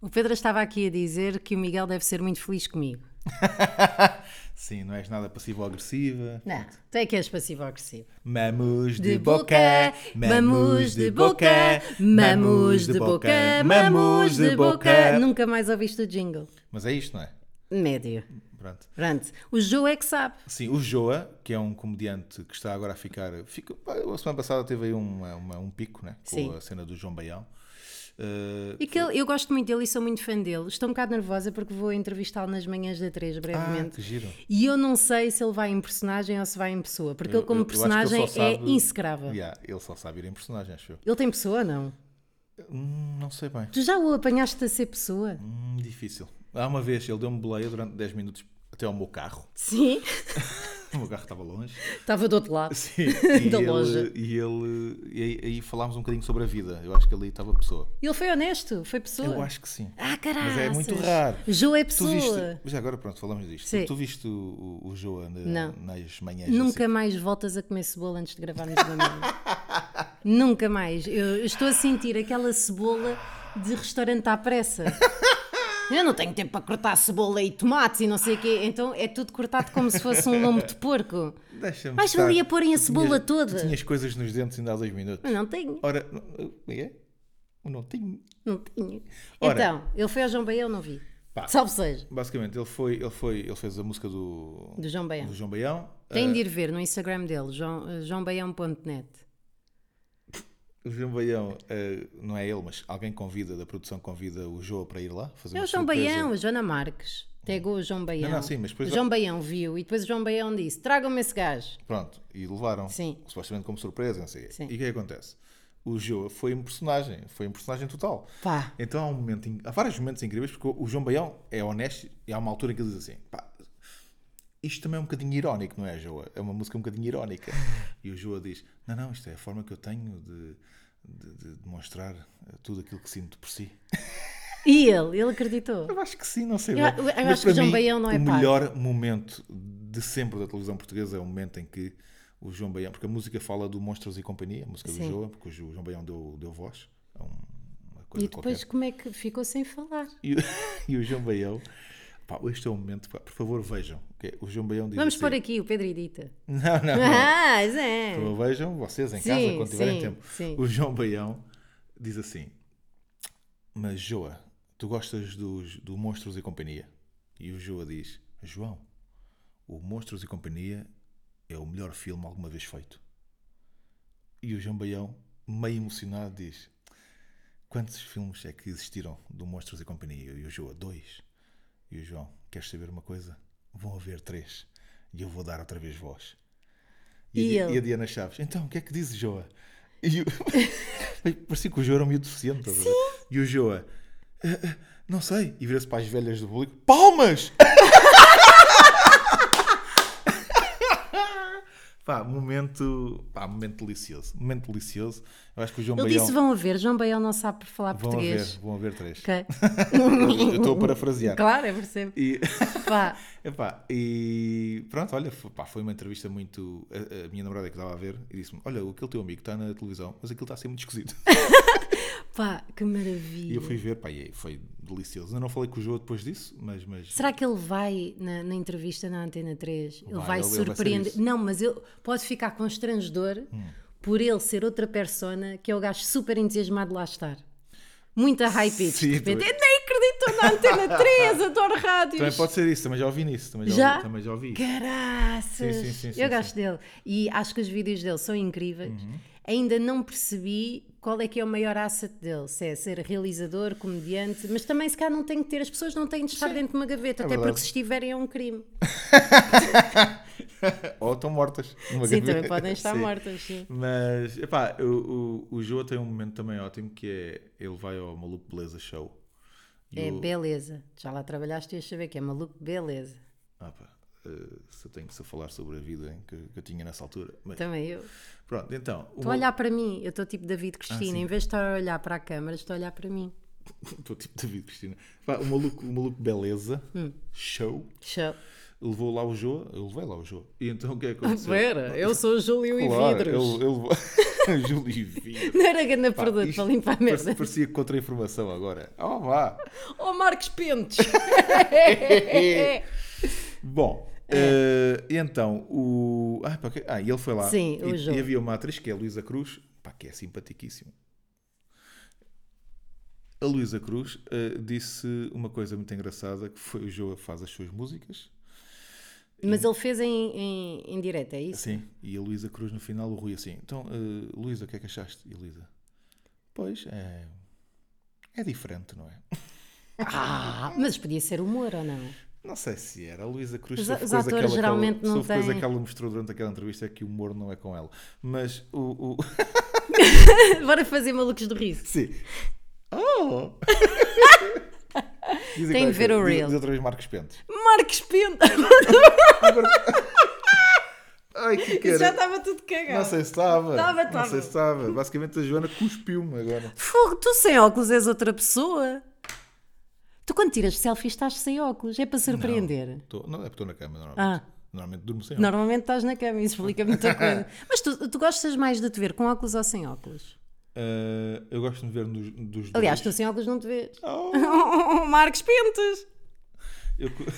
O Pedro estava aqui a dizer que o Miguel deve ser muito feliz comigo. Sim, não és nada passivo-agressiva. Não, tu é que és passivo-agressivo. Mamos de, De boca, boca, mamos de boca, mamos de boca, mamos de boca. Nunca mais ouviste o jingle. Mas é isto, não é? Médio. Pronto. Pronto. O Joe é que sabe. Sim, o Joa, que é um comediante que está agora a ficar. Fica, pá, a semana passada teve aí uma- uma- um pico, né? Com Sim. a cena do João Baião. Eh, E que ele- eu gosto muito dele e sou muito fã dele. Estou um bocado nervosa porque vou entrevistá-lo nas manhãs da 3 ah, brevemente. que giro. E eu não sei se ele vai em personagem ou se vai em pessoa, porque ele, como Eu- eu- eu acho que personagem, ele só é sabe- insecrável. Yeah, ele só sabe ir em personagem, acho eu. Ele tem pessoa ou não? Hum, não sei bem. Tu já o apanhaste a ser pessoa? Hum, difícil. Há uma vez ele deu-me boleia durante 10 minutos até ao meu carro. Sim. O meu carro estava longe. Estava do outro lado. Sim, e Da ele, loja. E ele. E aí, aí falámos um bocadinho sobre a vida. Eu acho que ali estava pessoa. Ele foi honesto, foi pessoa. Eu acho que sim. Ah, caralho. Mas é muito raro. Joe é Tu pessoa. viste. Já agora, pronto, falamos disto. Sim. Tu viste o, o, o Joa na- Não. nas manhãs? da Nunca mais voltas a comer cebola antes de gravarmos o Mamãe. Nunca mais. Eu estou a sentir aquela cebola de restaurante à pressa. Eu não tenho tempo para cortar cebola e tomates e não sei o quê. Então é tudo cortado como se fosse um lombo de porco. SIC? assim? Deixa-me. Mas estar. valia porem a É Tu cebola tinhas- toda. Hum. Tu tinhas coisas nos dentes ainda há dois minutos. Mas não tenho, Ora, como é que é? Eu não tenho. não tenho. Ora. Então, ele foi ao João Baião, não vi. Pá. Salve seja, Basicamente, ele foi, ele foi, ele fez a música do, do João Baião. do João Baião. Tem de ir ver no Instagram dele, João, eh, joãobaião.net. O João Baião, eh, não é ele, mas alguém convida, da produção convida o Joa para ir lá fazer É uma o João surpresa. Baião, a Joana Marques. Pegou o João Baião. Não, não, sim, mas depois- O João Baião viu e depois o João Baião disse: tragam-me esse gajo. Pronto, e levaram. Sim. Supostamente como surpresa, não sei. Sim. E o que é que acontece? O Joa foi um personagem, foi um personagem total. Pá. Então há um momento, in- há vários momentos incríveis, porque o João Baião é honesto e há uma altura em que ele diz assim: pá, isto também é um bocadinho irónico, não é, Joa? É uma música um bocadinho irónica. E o Joa diz: não, não, isto é a forma que eu tenho de, de, de demonstrar eh, tudo aquilo que sinto por si. E ele, ele acreditou. Eu acho que sim, não sei. Eu- bem. eu acho Mas que para o João mim, Baião não é O pago. melhor momento de sempre da televisão portuguesa é o momento em que o João Baião, porque a música fala do Monstros e Companhia, a música do Sim. João, porque o João Baião deu, deu voz a um- uma coisa E depois, qualquer. como é que ficou sem falar? E, o- e o João Baião, pá, este é o momento, pá, por favor, vejam. que é- O João Baião diz Vamos assim, pôr aqui o Pedro Edita. Não, não, não. Ah, é. Então vejam vocês em Sim, casa quando tiverem sim, tempo. sim. O João Baião diz assim: Mas Joa, tu gostas dos, do Monstros e Companhia? E o Joa diz: João, o Monstros e Companhia é o melhor filme alguma vez feito. E o João Baião, meio emocionado, diz: Quantos filmes é que existiram do Monstros e Companhia? E o Joa, dois. E o João, queres saber uma coisa? Vão haver três. E eu vou dar outra vez voz. E E, a, Di- ele? e a Diana Chaves, então, o que é que diz Joa? E o... Bem, Parecia que o Joa era um miúdo deficiente. estás a ver? E o Joa, "Ah, ah, não sei. E vira-se para as velhas do público, palmas! pá, momento, pá, momento delicioso. Momento delicioso. Eu acho que o João Ele Baião... disse: vão a ver, João Baião não sabe por falar Vão português. haver, vão haver três. Ok. Eu estou a parafrasear. Claro, eu percebo. E... Pá, Epá, e pronto, olha, foi, pá, foi uma entrevista muito. A, a minha namorada que estava a ver e disse-me: Olha, aquele teu amigo está na televisão, mas aquilo está a ser muito esquisito. pá, que e maravilha. eu fui ver, pá, e foi delicioso. Eu não falei com o João depois disso, mas. mas Será que ele vai na, na entrevista na Antena 3? Ele Vai, vai, ele- ele vai ser surpreender. isso. não, mas ele pode ficar constrangedor Hum. por ele ser outra persona que é o gajo super entusiasmado lá estar. Muita high pitch. Sim, de repente, também. eu nem acredito na Antena 3, adoro rádios. também pode ser isso, também já ouvi nisso, também já, Já? ouvi. Também já ouvi. Caraças! Sim, sim, sim, sim, eu sim. Uhum. gosto dele. E acho que os vídeos dele são incríveis. Ainda não percebi qual é que é o maior asset dele. Se é ser realizador, comediante, mas também se cá não tem que ter. As pessoas não têm de estar dentro de uma gaveta, É até verdade. porque se estiverem é um crime. Ou estão mortas. numa Sim, gaveta. também podem estar Sim. mortas, sim. Mas, epá, o, o, o João tem um momento também ótimo que é: ele vai ao Maluco Beleza Show. E É o- beleza. Já lá trabalhaste e ias saber que é maluco, beleza. Ah, pá, eh, se eu tenho que se falar sobre a vida hein, que, que eu tinha nessa altura. Mas, Também eu. pronto, então. o Estou Tá. a Maluco- olhar para mim, eu estou tipo David Cristina, em vez de estar a olhar para a câmara, estou a olhar para mim. Estou tipo David Cristina. Pá, o, maluco, o maluco beleza, Hum. show, Show. levou lá o Jô, eu levei lá o Jô. E então o que é que aconteceu? eu sou o Júlio Claro, ele, ele... Júlio Vieira. Não era grande Pá, produto isto para limpar a parece- merda. Parecia contra-informação agora. Oh, vá. Oh, Marcos Pentes! Bom, É. eh, e então, o. Ah, pá, que- ah, e ele foi lá. Sim, e, o João. e havia uma atriz que é a Luísa Cruz, pá, que é simpaticíssima. A Luísa Cruz eh, disse uma coisa muito engraçada: que foi o Joa faz as suas músicas. Mas ele fez em, em, em direto, é isso? Sim. E a Luísa Cruz no final, o Rui assim. Então, eh, Luísa, o que é que achaste? E a Luísa. Pois, é. É diferente, não é? Ah, mas podia ser humor ou não? Não sei se era. A Luísa Cruz Os- soube os coisa atores que ela- que ela- geralmente não soube coisa têm- que ela mostrou durante aquela entrevista é que o humor não é com ela. Mas o. o... Bora fazer malucos do riso. Sim. Oh! Dizem Tem de qualquer ver o coisa. é. Diz- reel. diz outra vez Marcos Pentes. Marcos Pentes! Agora- Ai, que Isso já cara. estava tudo cagado. Não sei se estava. Estava, Não sei estava. se estava. Basicamente a Joana cuspiu-me agora. Fogo, tu sem óculos és outra pessoa. Tu quando tiras selfies estás sem óculos, é para surpreender. Tô- não, é porque estou na cama normalmente. Ah. Normalmente durmo sem. Normalmente estás na cama, isso explica muita coisa. Mas tu, tu gostas mais de te ver com óculos ou sem óculos? Ah, eu gosto de me ver nos, dos dois. Aliás, tu sem óculos não te vês. Oh. Marcos Pentes! Eu... cu-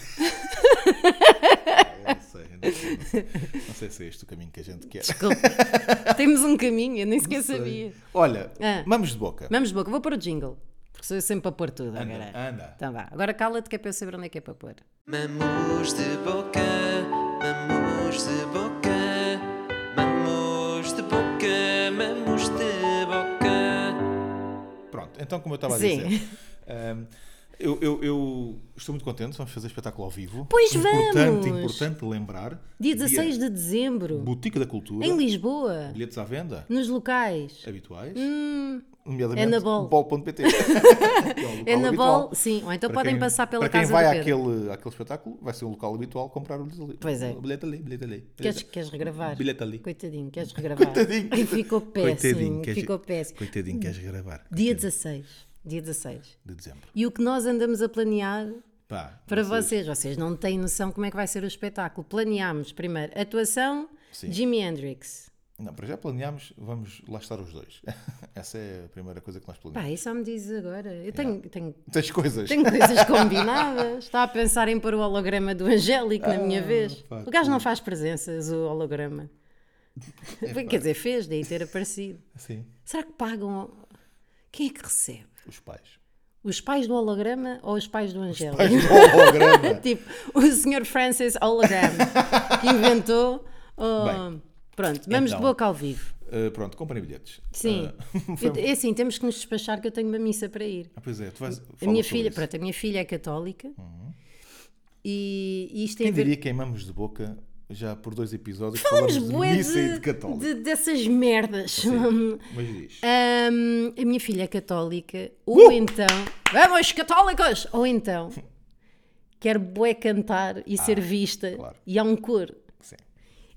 Ah, não, sei, não, sei, não sei. Não sei se é este o caminho que a gente quer. Desculpa. Temos um caminho, eu nem sequer sabia. Olha, Ah. vamos de boca. Vamos de boca, vou pôr o jingle. Porque sou eu sempre para pôr tudo. Anda, Agora. anda. Então vá, agora cala-te que é para eu saber onde é que é para pôr. Mamus de boca, mamus de boca, mamus de boca, mamus de boca. Pronto, então como eu estava a Sim. dizer, ahm, eu, eu- eu estou muito contente, vamos fazer espetáculo ao vivo. Pois vamos! importante, Importante lembrar. Dia 16 de dezembro, Boutique da Cultura, em Lisboa, bilhetes à venda, nos locais. habituais, Hum, nomeadamente é na Bol. bol.pt. É na bola. Bol, sim. Ou então Para podem quem- passar pela para casa quem vai do Pedro. àquele, àquele espetáculo, vai ser um local habitual comprar o bilhete ali. Pois é. O Bilhete ali, bilhete ali. bilhete- Queres, queres regravar? Bilhete ali. Coitadinho, queres regravar? Coitadinho. Ai, ficou péssimo, Coitadinho, queres- ficou péssimo. Coitadinho, queres gravar? Dia 16, dia 16. De dezembro. E o que nós andamos a planear Pá, para vocês- vocês, vocês não têm noção como é que vai ser o espetáculo. Planeámos primeiro atuação, Sim. Jimi Hendrix. Não, para já planeámos, vamos lá estar os dois. Essa é a primeira coisa que nós planeámos. Pá, isso só me dizes agora. É. Eu tenho, tenho, Tens coisas. tenho coisas combinadas. Está a pensar em pôr o holograma do Angélico na minha vez. Ah, pá, o gajo não faz presenças, o holograma. É Quer dizer, fez, daí ter aparecido. Sim, Será que pagam? Quem é que recebe? os pais. Os pais do holograma ou os pais do Angélico? Pais do holograma. tipo, o Sr. Francis Hologram que inventou. oh, Bem, pronto, vamos então. de boca ao vivo. Ah, pronto, comprem bilhetes. Sim. foi Eu- é assim, temos que nos despachar que eu tenho uma missa para ir. Ah, pois é, tu vais. A minha filha, pronto, a minha filha é católica e, e isto tem Uhum. Quem a ver. diria que amamos de boca já por dois episódios Falamos falamos, bué de missa e de, de católico. de- Ah. dessas merdas. Mas diz. Ahm, a minha filha é católica, Uh! ou então, vamos católicos! Ou então, quer bué cantar e ser vista, Ah, claro. e há um cor. Sim.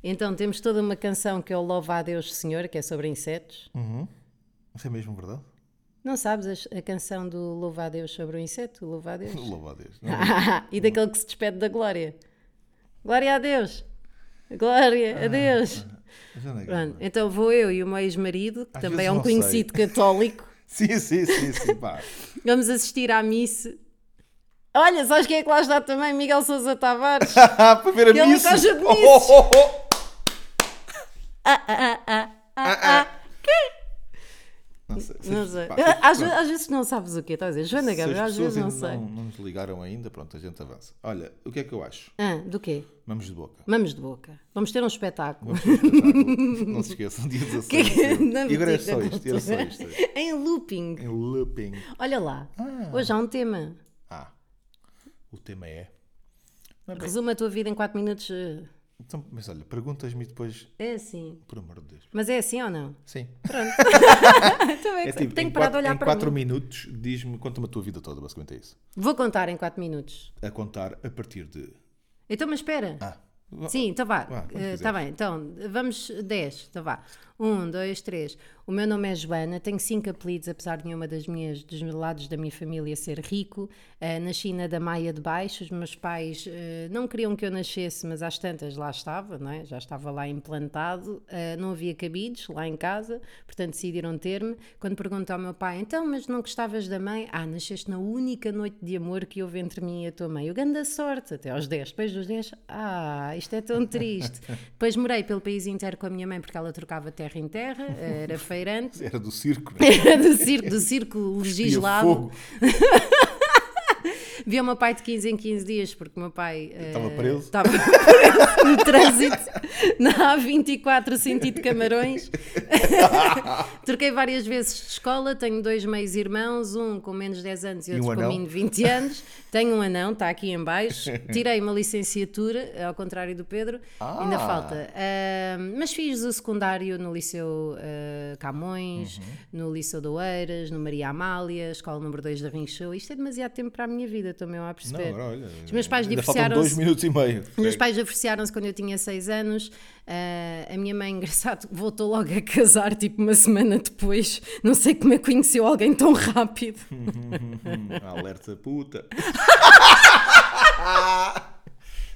Então temos toda uma canção que é o Louva a Deus Senhor, que é sobre insetos. Hum. Isso é mesmo verdade? Não sabes a, a canção do Louva a Deus sobre o inseto? Louva a Deus. Louva a Deus. Ah, e daquele que se despede da glória. Glória a Deus! Glória Ah, a Deus! Já não é grave. Pronto, então vou eu e o meu ex-marido, que Às também vezes é um não sei. conhecido católico. Sim, sim, sim, sim, pá. Vamos assistir à missa. Olha, sabes quem é que lá está também? Miguel Sousa Tavares. para ver a Que ele missa. gosta de Ah, Oh, oh, oh, oh. Ah, ah. Não sei. se- Não sei. pá, é Às, ve- às vezes não sabes o que estás a dizer. Joana se as Gabriel, às pessoas vezes não ainda sei. Não, não nos ligaram ainda, pronto, a gente avança. Olha, o que é que eu acho? Ah, do quê? Vamos de boca. Vamos de boca. Vamos ter um espetáculo. Vamos para o espetáculo. não se esqueçam, dia 16. Que que- na e agora é Boutique só da isto, era só Cultura. isto. em looping. Em looping. Olha lá. Hoje há um tema. Ah, o tema é. Resume a tua vida em 4 minutos. eh, Então, mas olha, perguntas-me depois, É assim. por amor de Deus. Mas é assim ou não? Sim. Então é que tipo, tenho em que parar de quatro- olhar Em para 4 mim. minutos, diz-me, conta-me a tua vida toda, basicamente é isso. Vou contar em 4 minutos. A contar a partir de. Então, mas espera. Ah, Sim, então vá. Vá, quando Está bem, então vamos 10, então vá. 1, 2, 3. O meu nome é Joana, tenho cinco apelidos, apesar de nenhuma das minhas, dos lados da minha família ser rico. Eh, nasci na da Maia de Baixo, os meus pais eh, não queriam que eu nascesse, mas às tantas lá estava, não é? já estava lá implantado. Eh, não havia cabides lá em casa, portanto decidiram ter-me. Quando pergunto ao meu pai, então, mas não gostavas da mãe? Ah, nasceste na única noite de amor que houve entre mim e a tua mãe. Eu grande sorte, até aos 10. Depois dos 10, ah, isto é tão triste. Depois morei pelo país inteiro com a minha mãe, porque ela trocava terra em terra, eh, era feirante. Era do circo, né? Era do circo, do circo Tinha legislado. fogo. Via o meu pai de 15 em 15 dias, porque o meu pai. eh, Estava preso? Estava preso no trânsito, na A24, sentido Camarões. Troquei várias vezes de escola, tenho dois meios irmãos, um com menos de 10 anos e um outro com anão? menos de 20 anos. Tenho um anão, está aqui em baixo. Tirei uma licenciatura, ao contrário do Pedro, Ah. ainda falta. Ahm, mas fiz o secundário no Liceu ah, Camões, Uhum. no Liceu de Oeiras, no Maria Amália, Escola número 2 da Rinchou. Isto é demasiado tempo para a minha vida, também a Não, perceber. agora olha. Os meus pais ainda faltam dois divorciaram-se. minutos e meio. Os meus pais divorciaram-se quando eu tinha 6 anos. Ah, a minha mãe, engraçado, voltou logo a casar, tipo uma semana depois. Não sei como é que conheceu alguém tão rápido. Hum, alerta puta.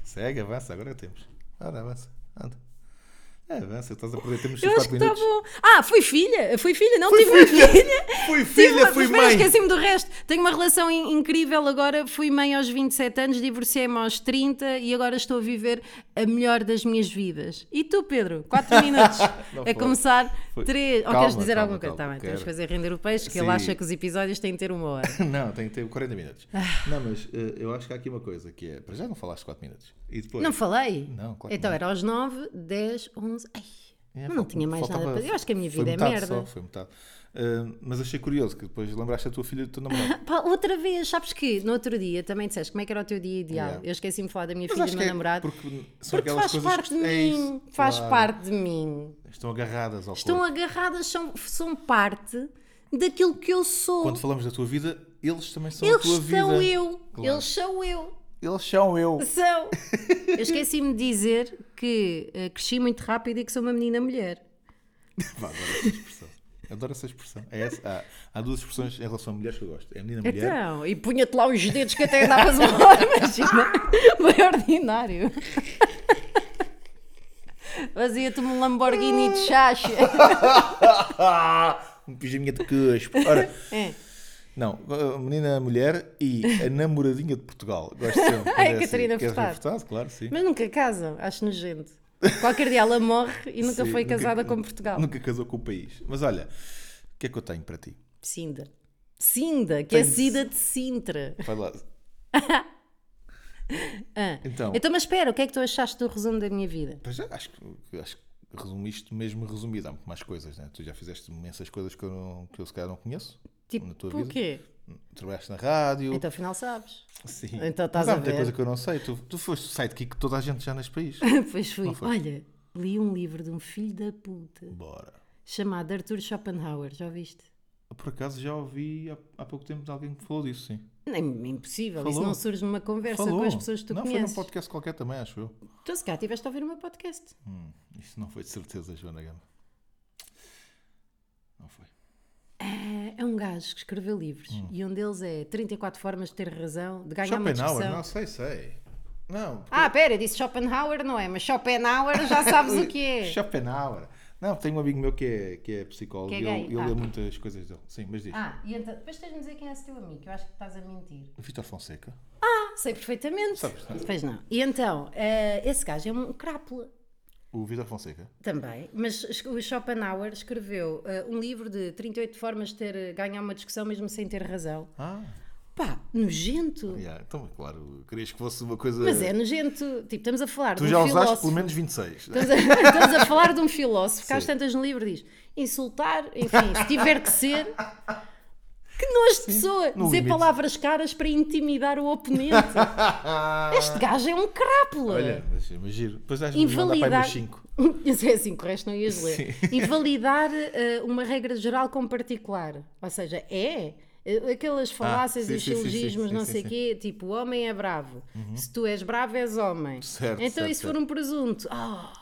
Segue, avança, agora temos. Ora, avança, anda. É, avança, estás a perder. Temos Eu 4 acho que está minutos. bom. Ah, fui filha, fui filha, não Fui tive uma filha, filha. fui Tive filha, uma- fui espera, mãe. Esqueci-me do resto. Tenho uma relação in- incrível agora. Fui mãe aos 27 anos, divorciei-me aos 30 e agora estou a viver a melhor das minhas vidas. E tu, Pedro? 4 minutos a Não foi. começar. Foi. 3. Ou Calma, queres dizer calma, alguma coisa? Tá calma, bem, temos quero. que fazer render o peixe, que ele Sim. acha que os episódios têm de ter uma hora. Não, tem que ter 40 minutos. Ah. Não, mas eh, eu acho que há aqui uma coisa que é. Para já não falaste 4 minutos. E depois. Não falei? Não, claro que Então não. era aos 9, 10, 11. Ai, É, eu não falta- tinha mais nada faltava- para Eu acho que a minha foi vida é metade merda. Só, foi metade. Ah, mas achei curioso que depois lembraste a tua filha do teu namorado. Pá, outra vez, sabes que no outro dia também disseste como é que era o teu dia ideal. Yeah. Eu esqueci-me de falar da minha Mas filha e acho do que meu é namorado. Porque, são Porque aquelas faz coisas parte de que- é isso, mim. faz claro. parte de mim. Estão agarradas ao Estão corpo. agarradas, são, são parte daquilo que eu sou. Quando falamos da tua vida, eles também são a Eles tua vida. são eu. Claro. Eles são eu. Eles são eu. São. Eu esqueci-me de dizer que eh, cresci muito rápido e que sou uma menina mulher. Pá, adoro essa expressão. Adoro essa expressão. É essa- há, há duas expressões em relação a mulheres que eu gosto. É a menina mulher. Então, e punha-te lá os dedos que até davas uma hora, imagina. Bem ordinário. Fazia-te um Lamborghini de chacha. um pijaminha de cuspo. Ora, É. não, a menina mulher e a namoradinha de Portugal. Gosto sempre. Ai, Catarina Furtado. Furtado. Furtado, claro, sim. Mas nunca casam, acho nojento. Qualquer dia ela morre e nunca Sim, foi casada com Portugal. Nunca casou com o país. Mas olha, o que é que eu tenho para ti? Cinda. Cinda, que é Tem-se. Cida de Sintra. Vai lá. Ah. Então, Então, mas espera, o que é que tu achaste do resumo da minha vida? para já, acho, que- acho que resumiste mesmo resumido. Há muito mais coisas, né? Tu já fizeste imensas coisas que eu, não, que eu se calhar não conheço. Tipo, Na tua o vida? quê? Trabalhaste na rádio. Então, afinal, sabes. sim. então estás Mas há a muita ver. coisa que eu não sei. Tu, tu foste sidekick de toda a gente já neste país. Pois fui. Não foi. Olha, li um livro de um filho da puta. Bora. chamado Arthur Schopenhauer, já ouviste? Por acaso já ouvi há, há pouco tempo de alguém que falou disso, sim. Não, é impossível, isso Falou. não surge numa conversa falou. com as pessoas que tu não foi conheces. num podcast qualquer também, acho eu. Tu se cá estiveste a ouvir o meu podcast. Hum, isso não foi de certeza, Joana Gama. Não foi. É, é um gajo que escreveu livros Hum. e um deles é 34 formas de ter razão, de ganhar uma Schopenhauer, discussão. não sei, sei. Não. Ah, pera, eu disse Schopenhauer, não é? Mas Schopenhauer já sabes o que é. Schopenhauer. Não, tenho um amigo meu que é, que é psicólogo Que é e ele, gay. ele Ah. lê muitas coisas dele. Sim, mas diz. Ah, e então, depois tens de dizer quem é esse teu amigo, que eu acho que estás a mentir. Vitor Fonseca. Ah, sei perfeitamente. Sabes, não é? Pois não. E então, eh, esse gajo é um crápula. O Vitor Fonseca. Também, mas es- o Schopenhauer escreveu eh, um livro de 38 formas de ter, eh, ganhar uma discussão mesmo sem ter razão. Ah. Pá, nojento! Yeah, então, claro, querias que fosse uma coisa. Mas é nojento! Tipo, estamos a falar tu de um já usaste filósofo. pelo menos 26. Estamos a, estamos a falar de um filósofo que às Sim. tantas no livro diz insultar, enfim, se tiver que ser. Que nojo de pessoa! no Dizer limite. palavras caras para intimidar o oponente. este gajo é um crápula! Olha, mas, mas giro. Depois dás-me de mandar Então, para aí Invalidar- umas 5. Isso é assim, correto, não ias ler. Sim. Invalidar eh, uma regra geral com particular. Ou seja, é. Eh, Aquelas falácias Ah, sim, e os sim, sim, sim, silogismos, sim, não sim, sei sim. Uhum. o quê, tipo, o homem é bravo. Se tu és bravo, és homem. Certo, então, certo, e se for certo. um presunto? Ah!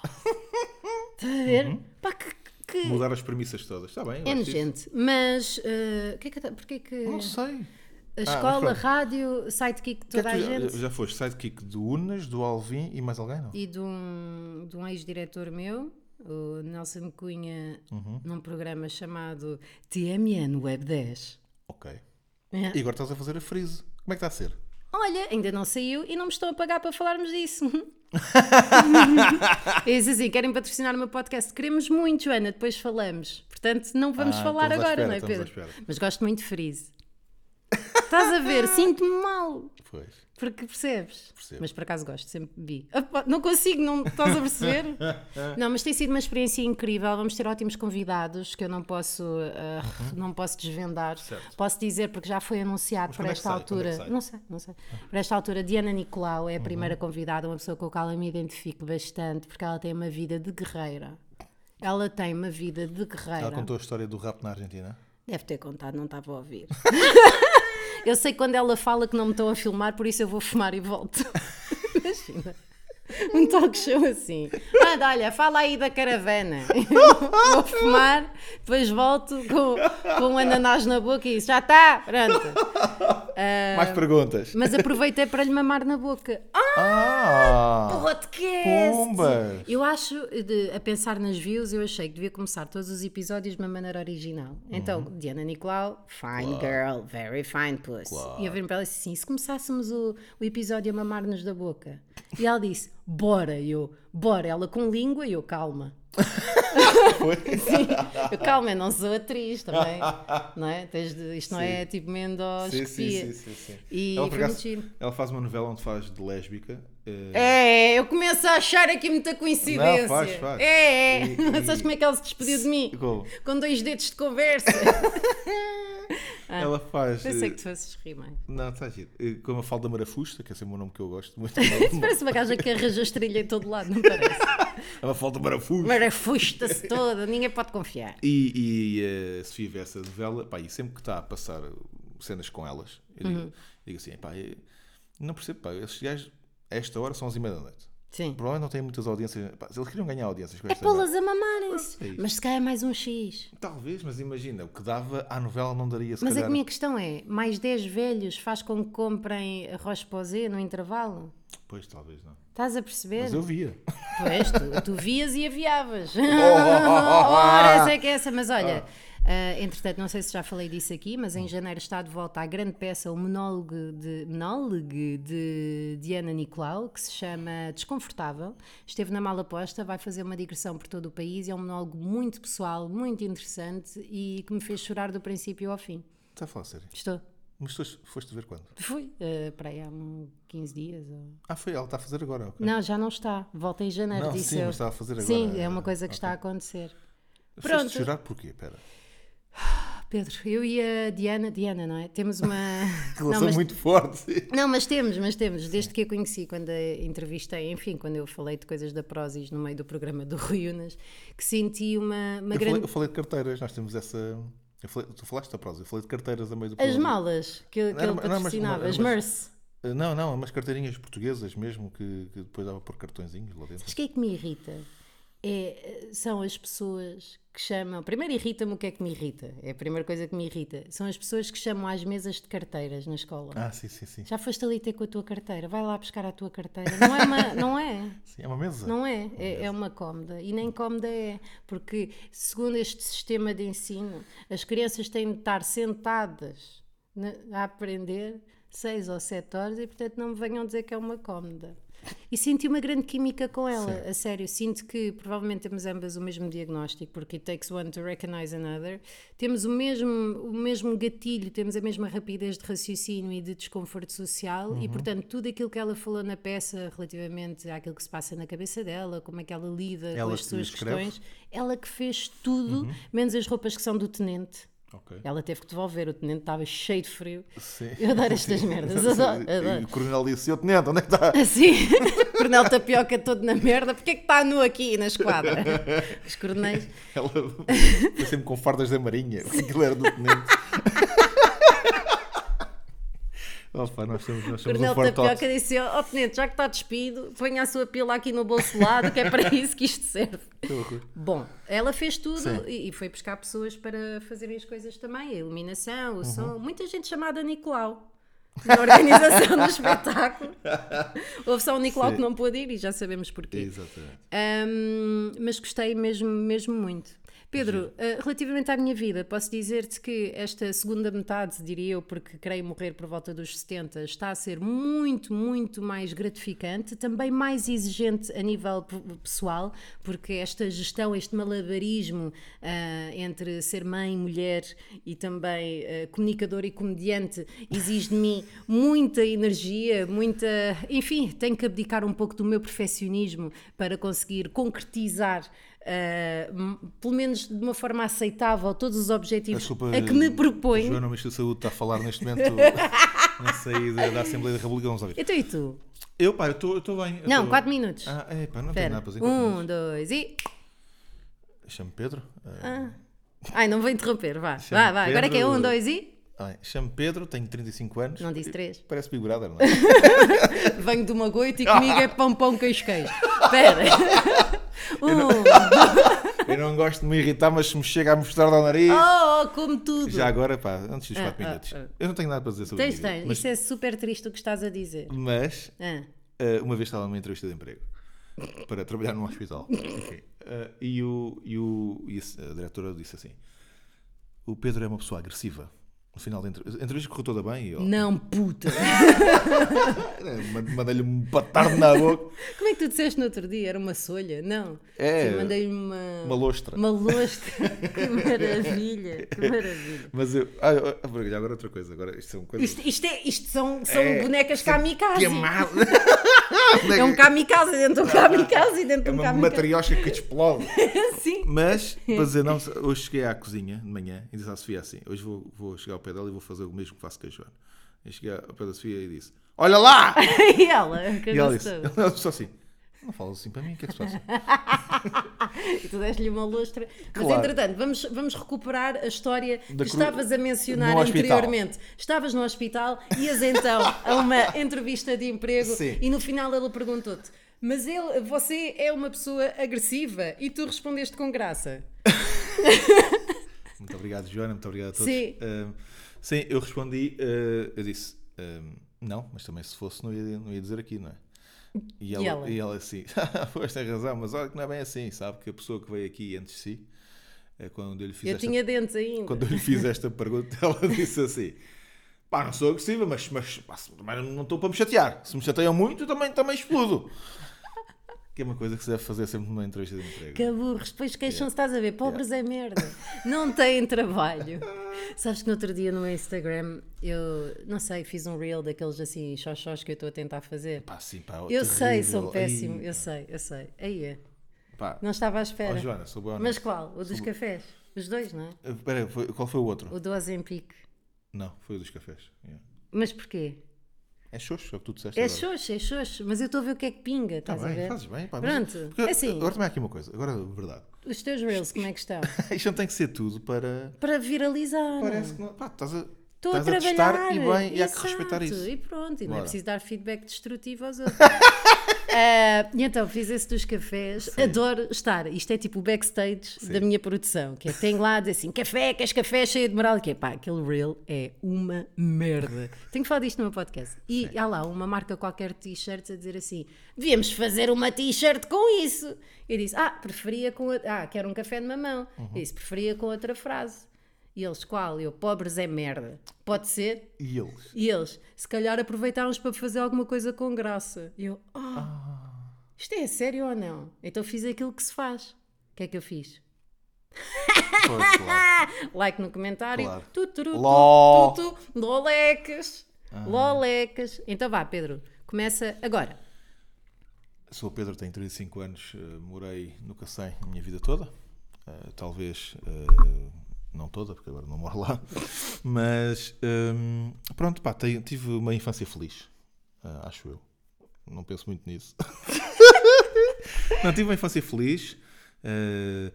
Estás a ver? Uhum. Pá, que. que... Mudar as premissas todas. Está bem. eu N acho isso. gente. Mas, eh, que é que eu ta- porquê que. Não sei. Ah, A mas escola, pronto. rádio, sidekick de O que toda é que a tu gente. já, já foste sidekick do Unas, do Alvin e mais alguém, não? E de um, de um ex-diretor meu, o Nelson Cunha, Uhum. num programa chamado TMN Web 10. Ok. É. E agora estás a fazer a freeze. Como é que está a ser? Olha, ainda não saiu e não me estão a pagar para falarmos disso. é isso assim, querem patrocinar o meu podcast? Queremos muito, Ana, depois falamos. Portanto, não vamos Ah, falar estamos à agora, espera, não é, estamos à Pedro? espera. Mas gosto muito de Freeze. Estás a ver? Sinto-me mal. Pois. Porque percebes? Percebo. Mas por acaso gosto, sempre bebi. Opa, não consigo, não estás a perceber? não, mas tem sido uma experiência incrível. Vamos ter ótimos convidados que eu não posso, ah, não posso desvendar. Uhum. Certo. Posso dizer porque já foi anunciado Mas por quando é que esta sai? Quando é que altura. sai? Uhum. não sei, não sei. Por esta altura, Diana Nicolau é a primeira convidada, uma pessoa com a qual eu me identifico bastante porque ela tem uma vida de guerreira. Ela tem uma vida de guerreira. Ela contou a história do rap na Argentina. Deve ter contado, não estava a ouvir. eu sei quando ela fala que não me estão a filmar, por isso eu vou fumar e volto. Imagina. Um talk show assim. Manda, olha, fala aí da caravana. Eu vou fumar, depois volto com, com um ananás na boca e isso. Já está, pronto. Ah. Mais perguntas. Mas aproveitei para lhe mamar na boca. Ah, Ah! podcast! Pombas! Eu acho, de- a pensar nas views, eu achei que devia começar todos os episódios de uma maneira original. Então, Uhum. Diana Nicolau, fine girl, very fine puss. E eu virei para ela e disse assim: se começássemos o, o episódio a mamar-nos da boca? E ela disse: bora, E eu, bora. Ela com língua e eu, calma. Sim, eu, calma, eu não sou atriz também. Não é? Tens de- isto não Sim. é tipo Sim, mendoscopia. sim, É sim, sim, sim. E ela, por foi acaso, muito giro. ela faz uma novela onde faz de lésbica. eh, É, eu começo a achar aqui muita coincidência. Não, faz, faz. É, é. E- e- Sabes como é que ela se despediu de mim? como? Com dois dedos de conversa. Ela faz. Pensei eh, Ah, que tu fosses rir mais. Não, está giro. Eh, Como a Falda Marafusta, que é sempre um nome que eu gosto muito. Isso parece uma gaja que arranja estrilha em todo lado, não parece? Ela Falda Marafusta. Marafusta-se toda, ninguém pode confiar. E, e a Sofia vê essa novela, pá, e sempre que está a passar cenas com elas, eu digo, Uhum. digo assim, pá, eu não percebo, pá, esses gajos, a esta hora são 11 e meia da noite. Sim. Provavelmente não têm muitas audiências, pá, eles queriam ganhar audiências com É esta novela. pô-las a mamarem-se. é isso. Mas se calhar é mais um X. Talvez, mas imagina, o que dava à novela não daria, se Mas a calhar. minha questão é: mais 10 velhos faz com que comprem arroz posé no intervalo? Pois, talvez não. Estás a perceber? Mas eu via. Pois, tu, tu vias e aviavas. Ora, essa é que é essa. Mas olha, ah, entretanto, não sei se já falei disso aqui, mas em janeiro está de volta a grande peça, o monólogo de, monólogo de Diana Nicolau, que se chama Desconfortável. Esteve na Mala Posta, vai fazer uma digressão por todo o país. É um monólogo muito pessoal, muito interessante e que me fez chorar do princípio ao fim. Está a falar sério. Estou. Mas tu foste ver quando? Fui. ah, para aí há um 15 dias ou. Ah, foi ela, está a fazer agora. ok. Não, já não está. Volta em janeiro, Não, disse sim, eu. mas estava a fazer Sim, agora. é uma coisa que está a acontecer. Foste Pronto. chorar porquê? Pera. Ah, Pedro, eu e a Diana, Diana, não é? Temos uma. não, Relação mas... muito forte. não, mas temos, mas temos. Desde que a conheci, quando a entrevistei, enfim, quando eu falei de coisas da Prozis no meio do programa do Rui Unas, que senti uma, uma Eu, grande. falei, eu falei de carteiras, nós temos essa. eu falei- tu falaste da prosa, eu falei de carteiras a meio do As programa. malas que, que Era ele uma- não, mas- patrocinava, mas- as MERS. Eh, Não, não, umas carteirinhas portuguesas mesmo que, que depois dava por cartõezinhos lá dentro. Sabes o que é que me irrita? É, eh, são as pessoas que chamam. Primeiro irrita-me o que é que me irrita. É a primeira coisa que me irrita. São as pessoas que chamam às mesas de carteiras na escola. Ah, sim, sim, sim. Já foste ali ter com a tua carteira, vai lá buscar a tua carteira. Não é uma. Não é. Sim, é uma mesa. Não é, é, é uma cómoda. E nem cómoda é, porque segundo este sistema de ensino, as crianças têm de estar sentadas na- a aprender seis ou sete horas e, portanto, não me venham dizer que é uma cómoda. E senti uma grande química com ela, a sério. Sinto que provavelmente temos ambas o mesmo diagnóstico, porque it takes one to recognize another. Temos o mesmo, o mesmo gatilho, temos a mesma rapidez de raciocínio e de desconforto social, Uhum. e portanto, tudo aquilo que ela falou na peça relativamente àquilo que se passa na cabeça dela, como é que ela lida Ela com as que suas escreve? Uhum. questões, ela que fez tudo, menos as roupas que são do tenente. Ok. Ela teve que devolver, o tenente estava cheio de frio. Sim. Eu adoro estas merdas, adoro, E- e adoro. O coronel disse: Seu tenente, onde é que está? Assim, coronel tapioca todo na merda, porque é que está nu aqui na esquadra? Os coronéis. Ela foi sempre com fardas da marinha. Aquilo era do tenente. Opa, nós somos, nós somos um Coronel fortote. Tapioca disse: Ó tenente, já que está despido, ponha a sua pila aqui no bolso de lado, que é para isso que isto serve. Que loucura. Bom, ela fez tudo Sim. e, e foi buscar pessoas para fazerem as coisas também, a iluminação, o Uhum. som. Muita gente chamada Nicolau na organização do espetáculo. Houve só o Nicolau Sim. que não pôde ir e já sabemos porquê. Exatamente. Ahm, mas gostei mesmo, mesmo muito. Pedro, ah, relativamente à minha vida, posso dizer-te que esta segunda metade, diria eu, porque creio morrer por volta dos 70, está a ser muito, muito mais gratificante, também mais exigente a nível p- pessoal, porque esta gestão, este malabarismo ah, entre ser mãe, mulher e também ah, comunicador e comediante exige de mim muita energia, muita. Enfim, tenho que abdicar um pouco do meu perfeccionismo para conseguir concretizar, ah, m- pelo menos de uma forma aceitável, todos os objetivos Desculpa, a que me proponho. Joana, o Ministro da Saúde está a falar neste momento na saída da Assembleia da República. Vamos lá ver. Então e tu? Eu, pá, eu estou bem. eu Não, tô- quatro minutos. Ah, é, pá, não tenho Espera. nada para dizer. Um, dois e. Chamo Pedro. Ah, Ai, não vou interromper, vá. Chama Vá, vá. Agora é que é Pedro. um, dois e. ai, Chamo tá Pedro, tenho 35 anos. Não disse três. Parece Big Brother, não é? Venho de uma goita e comigo é pão, pão, queijo, queijo. Espera. Um. Eu não gosto de me irritar, mas se me chega a mostrar ao nariz. Oh, como tudo. Já agora, pá, antes dos 4 ah, minutos. ah. Eu não tenho nada para dizer sobre Tens, isso. tens. Mas, Isso é super triste o que estás a dizer. mas Ah, ah, uma vez estava numa entrevista de emprego para trabalhar num hospital. Enfim, ah, e, o, e, o, e a diretora disse assim: O Pedro é uma pessoa agressiva. No final da entrevista, a entrevista correu toda bem e eu "Ah, Não, puta. mand- mandei-lhe um batardo na boca, Como é que tu disseste no outro dia? Era uma solha? Não. É. Eu mandei uma. uma lostra. Uma lostra. que maravilha. Que maravilha. Mas eu. Ah, eu- ah, Braga, agora outra coisa. Agora, isto são coisas. Isto, isto é- isto são, são É, bonecas kamikaze. Que amado! É um kamikaze dentro de um kamikaze dentro de É um uma kamikaze. matriosca que explode. Sim. Mas, para dizer, não, hoje cheguei à cozinha de manhã e disse à Sofia assim: hoje vou, vou chegar ao pé dela e vou fazer o mesmo que faço com a Joana. Eu cheguei ao pé da Sofia e disse: Olha lá! E ela? E ela cagou-se disse: toda. ela disse assim: Não falas assim para mim, o que é que se passa? E tu deste-lhe uma lustra. Mas Claro. entretanto, vamos, vamos recuperar a história Da que cru- estavas a mencionar no hospital. anteriormente. Estavas no hospital, ias então a uma entrevista de emprego Sim. e no final ela perguntou-te: Mas ele, você é uma pessoa agressiva? E tu respondeste com graça. Muito obrigado, Joana, muito obrigado a todos. Sim. Ahm, sim, eu respondi: ah, Eu disse, ahm, Não, mas também se fosse, não ia, não ia dizer aqui, não é? E ela, ela? e ela assim: Pois tem razão, mas olha que não é bem assim, sabe? Que a pessoa que veio aqui antes de si, eh, quando eu lhe fiz Eu esta tinha dentes ainda. quando eu lhe fiz esta pergunta, ela disse assim: pá, não sou agressiva, mas, mas, pá, se- também não estou para me chatear. Se me chateiam muito, eu também, também explodo. Que é uma coisa que se deve fazer sempre numa entrevista de emprego. Que burros, depois queixam-se, estás a ver, pobres é merda, não têm trabalho. Sabes que no outro dia no meu Instagram, eu não sei, fiz um reel daqueles assim xoxós que eu estou a tentar fazer. Pá, sim, pá, Eu sei, terrível. sou péssimo, Ai, eu sei, eu sei. Aí é. pá. Não estava à espera. Ó, Joana, sou boa. Mas qual? O dos cafés? Os dois, não é? Espera, foi- qual foi o outro? O do Ozempic. Não, foi o dos cafés. Yeah. Mas porquê? É xoxo, é o que tu disseste. É agora. xoxo, é xoxo, mas eu estou a ver o que é que pinga, Tá estás a bem, ver? fazes bem. Pá, mas- Pronto, porque- é assim, Agora também há aqui uma coisa, agora verdade. os teus reels como é que estão? Isto não tem que ser tudo para. Para viralizar. Parece que não. Pá, estás a. Estou a estás a trabalhar. testar e bem, e há que Exato, respeitar isso. E pronto, e não é Bora. preciso dar feedback destrutivo aos outros. Ah, e então fiz esse dos cafés, adoro estar. Isto é tipo o backstage da minha produção, que é tenho lá a dizer assim: café, queres café, cheio de moral, que é pá, aquele reel é uma merda. Tenho que falar disto no meu podcast. E há lá uma marca qualquer de t-shirts a dizer assim: devíamos fazer uma t-shirt com isso. Eu disse: ah, preferia com. a- Ah, quero um café de mamão. Eu disse: preferia com outra frase. E eles, qual? Eu, pobres é merda. Pode ser? E eles? E eles, se calhar aproveitaram-nos para fazer alguma coisa com graça. E eu, ah, isto é sério ou não? Então fiz aquilo que se faz. O que é que eu fiz? Pois, claro. Like no comentário. Claro. Tu, tu, tu, Ló. tu, tu, lolecas. Ah. Lolecas. Então vá, Pedro, começa agora. Sou o Pedro, tenho 35 anos, eh, morei no Cacém a minha vida toda. Eh, talvez eh, não toda, porque agora não moro lá. Mas ehm, pronto, pá, tenho- tive uma infância feliz, eh, acho eu. Não penso muito nisso. não, tive uma infância feliz. eh,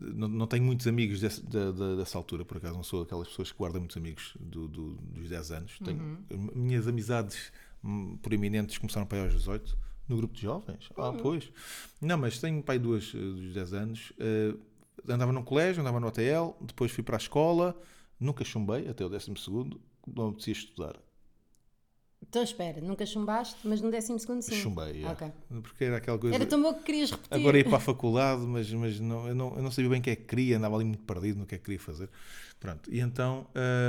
Não, não tenho muitos amigos desse- da- da- dessa altura, por acaso. Não sou aquelas pessoas que guardam muitos amigos do- do- dos 10 anos. Tenho, Uhum. Minhas amizades hum, proeminentes começaram para aí aos 18, no grupo de jovens. Ah, Uhum. pois. Não, mas tenho pai duas eh, dos 10 anos. Eh, andava num colégio, andava no hotel, depois fui para a escola, nunca chumbei até o 12, não apetecia estudar. Então espera, nunca chumbaste, mas no décimo segundo sim. Chumbei, yeah. Ok. porque era aquela coisa. Era tão bom que querias repetir. Agora ia para a faculdade, mas, mas não, eu, não, eu não sabia bem o que é que queria, andava ali muito perdido no que é que queria fazer. Pronto, e então,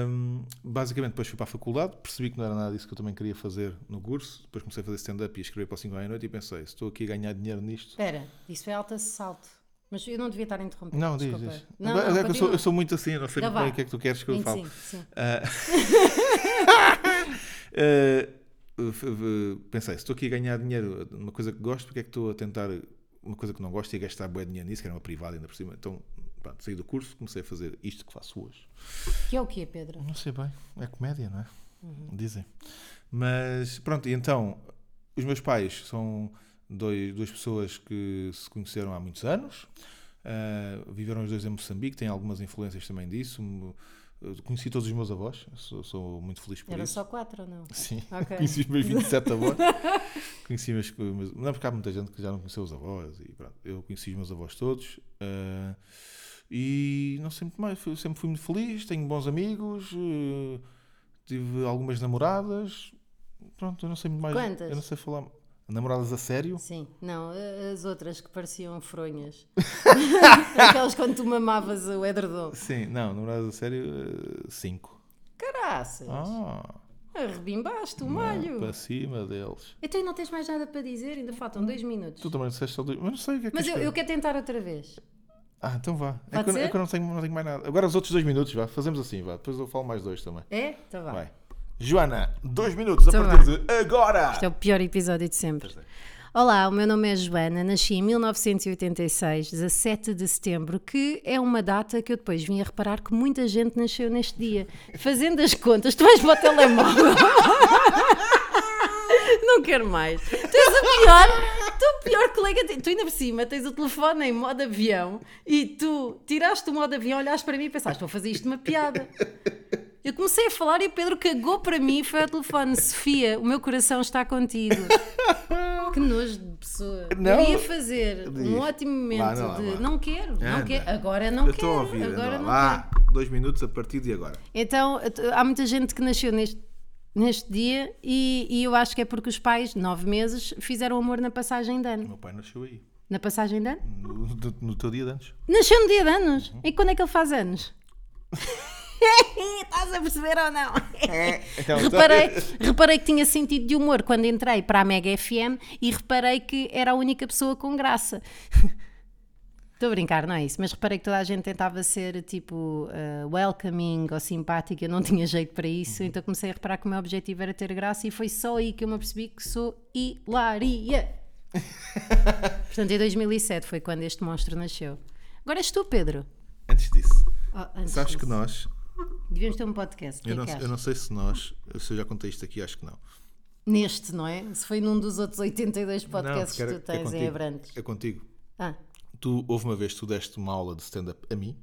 hum, basicamente, depois fui para a faculdade, percebi que não era nada disso que eu também queria fazer no curso. Depois comecei a fazer stand-up e a escrever para o 5 à noite e pensei: se estou aqui a ganhar dinheiro nisto. Espera, isso é alto assalto. Mas eu não devia estar a interromper. Não, diz, desculpa. diz. Não, Agora- não, agora que eu, sou, continua. eu sou muito assim, eu não sei Então muito bem vá. o que é que tu queres que eu fale. 25, sim. Uh, f- f- pensei, se estou aqui a ganhar dinheiro numa coisa que gosto, porque é que estou a tentar uma coisa que não gosto e a gastar bué dinheiro nisso, que era uma privada ainda por cima. Então, pronto, saí do curso, comecei a fazer isto que faço hoje. Que é o quê, Pedro? Não sei bem, é comédia, não é? Dizem. Mas, pronto, e então, os meus pais são dois, duas pessoas que se conheceram há muitos anos, ah, viveram os dois em Moçambique, têm algumas influências também disso. Eu Conheci todos os meus avós, sou, sou muito feliz por Eram isso. só quatro ou não? Sim, Ok. conheci os meus 27 avós. conheci meus, meus- Não, porque há muita gente que já não conheceu os avós. E pronto, eu conheci os meus avós todos. ah, e não sei muito mais. fui- Sempre fui muito feliz. Tenho bons amigos. eh, tive algumas namoradas. Pronto, eu não sei muito mais. Quantas? Eu não sei falar. Namoradas a sério? Sim, não, a- as outras que pareciam fronhas. Aquelas quando tu mamavas o edredom. Sim, não, namoradas a sério, eh, cinco. Caraças, Ah, arrebimbaste o malho. para cima deles. Então não tens mais nada para dizer, ainda faltam dois minutos. Tu também disseste só dois. Mas não sei o que é que Mas és eu, tu. eu quero tentar outra vez. Ah, então vá. É Pode que, eu, é ser? que eu não tenho, não tenho mais nada. Agora os outros dois minutos, vá. Fazemos assim, vá. Depois eu falo mais dois também. É? Então vá. Vai. Joana, dois minutos a Então partir de agora! Este é o pior episódio de sempre. Olá, o meu nome é Joana, nasci em 1986, 17 de setembro, que é uma data que eu depois vim a reparar que muita gente nasceu neste dia. Fazendo as contas, tu vais para o telemóvel. Não quero mais. Tu és o pior, tu o pior colega. de- Tu ainda por cima tens o telefone em modo avião e tu tiraste o modo avião, olhaste para mim e pensaste, vou fazer isto uma piada. Eu comecei a falar e o Pedro cagou para mim e foi ao telefone. Sofia, o meu coração está contigo. que nojo de pessoa. Não. Eu ia fazer Diz. um ótimo momento Vá, não, de. vá. Não quero, não Anda. quero. Agora não eu quero. estou a ouvir, agora agora não lá. Dois minutos a partir de agora. então, t- há muita gente que nasceu neste, neste dia e, e eu acho que é porque os pais, nove meses, fizeram amor na passagem de O ano. meu pai nasceu aí. Na passagem de ano? No, no- no teu dia de antes. Nasceu no dia de anos. E quando é que ele faz anos? Estás a perceber ou não? Então, reparei, reparei que tinha sentido de humor quando entrei para a Mega FM e reparei que era a única pessoa com graça. Estou a brincar, não é isso? Mas reparei que toda a gente tentava ser tipo eh, welcoming ou simpática, eu não tinha jeito para isso, então comecei a reparar que o meu objetivo era ter graça e foi só aí que eu me apercebi que sou hilaria. Portanto, em 2007 foi quando este monstro nasceu. Agora és tu, Pedro. Antes disso, Oh, antes sabes que disso, nós. Devíamos ter um podcast. O que Eu é não, que eu achas? não sei se nós. Se eu já contei isto aqui, acho que não. Neste, não é? Se foi num dos outros 82 podcasts porque que era- tu tens é em contigo. Abrantes. É contigo. Ah, Tu, houve uma vez, tu deste uma aula de stand-up a mim.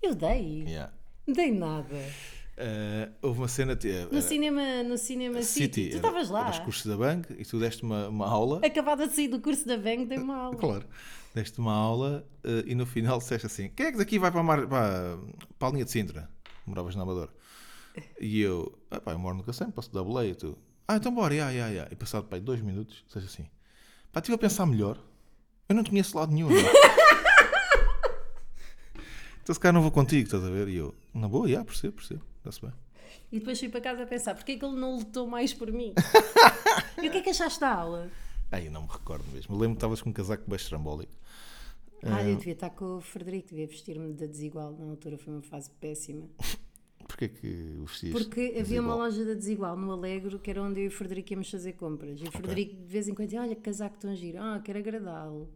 eu dei. Yeah. Não dei nada. Eh, houve uma cena. te- No eh, cinema, no cinema City. City. Tu estavas lá. É Nos cursos da Bang e tu deste uma, uma aula. Acabada de sair do curso da Bang, dei uma aula. Claro. Deste uma aula eh, e no final disseste assim: quem é que daqui vai para a, mar... para, para a linha de Sintra? Moravas na Amadora. E eu, ah, pá, eu moro no Cacém, posso dar boleia. E tu, ah, então bora, ia, ia, ia. E passado pá, dois minutos, disseste assim: pá, estive a pensar melhor. Eu não te conheço de lado nenhum. não é?" então se calhar não vou contigo, estás a ver? E eu, na boa, ia, percebo, percebo. Está-se bem. E depois fui para casa a pensar, porquê é que ele não lutou mais por mim? e o que é que achaste da aula? Aí não me recordo mesmo. Eu lembro que estavas com um casaco bem estrambólico. É. Ah, eu devia estar com o Frederico, devia vestir-me da desigual. Na altura foi uma fase péssima. Porquê que o vestias? Porque havia uma desigual? loja da Desigual no Alegro que era onde eu e o Frederico íamos fazer compras. E o Frederico de vez em quando dizia: Olha, que casaco tão giro, ah, quero agradá-lo.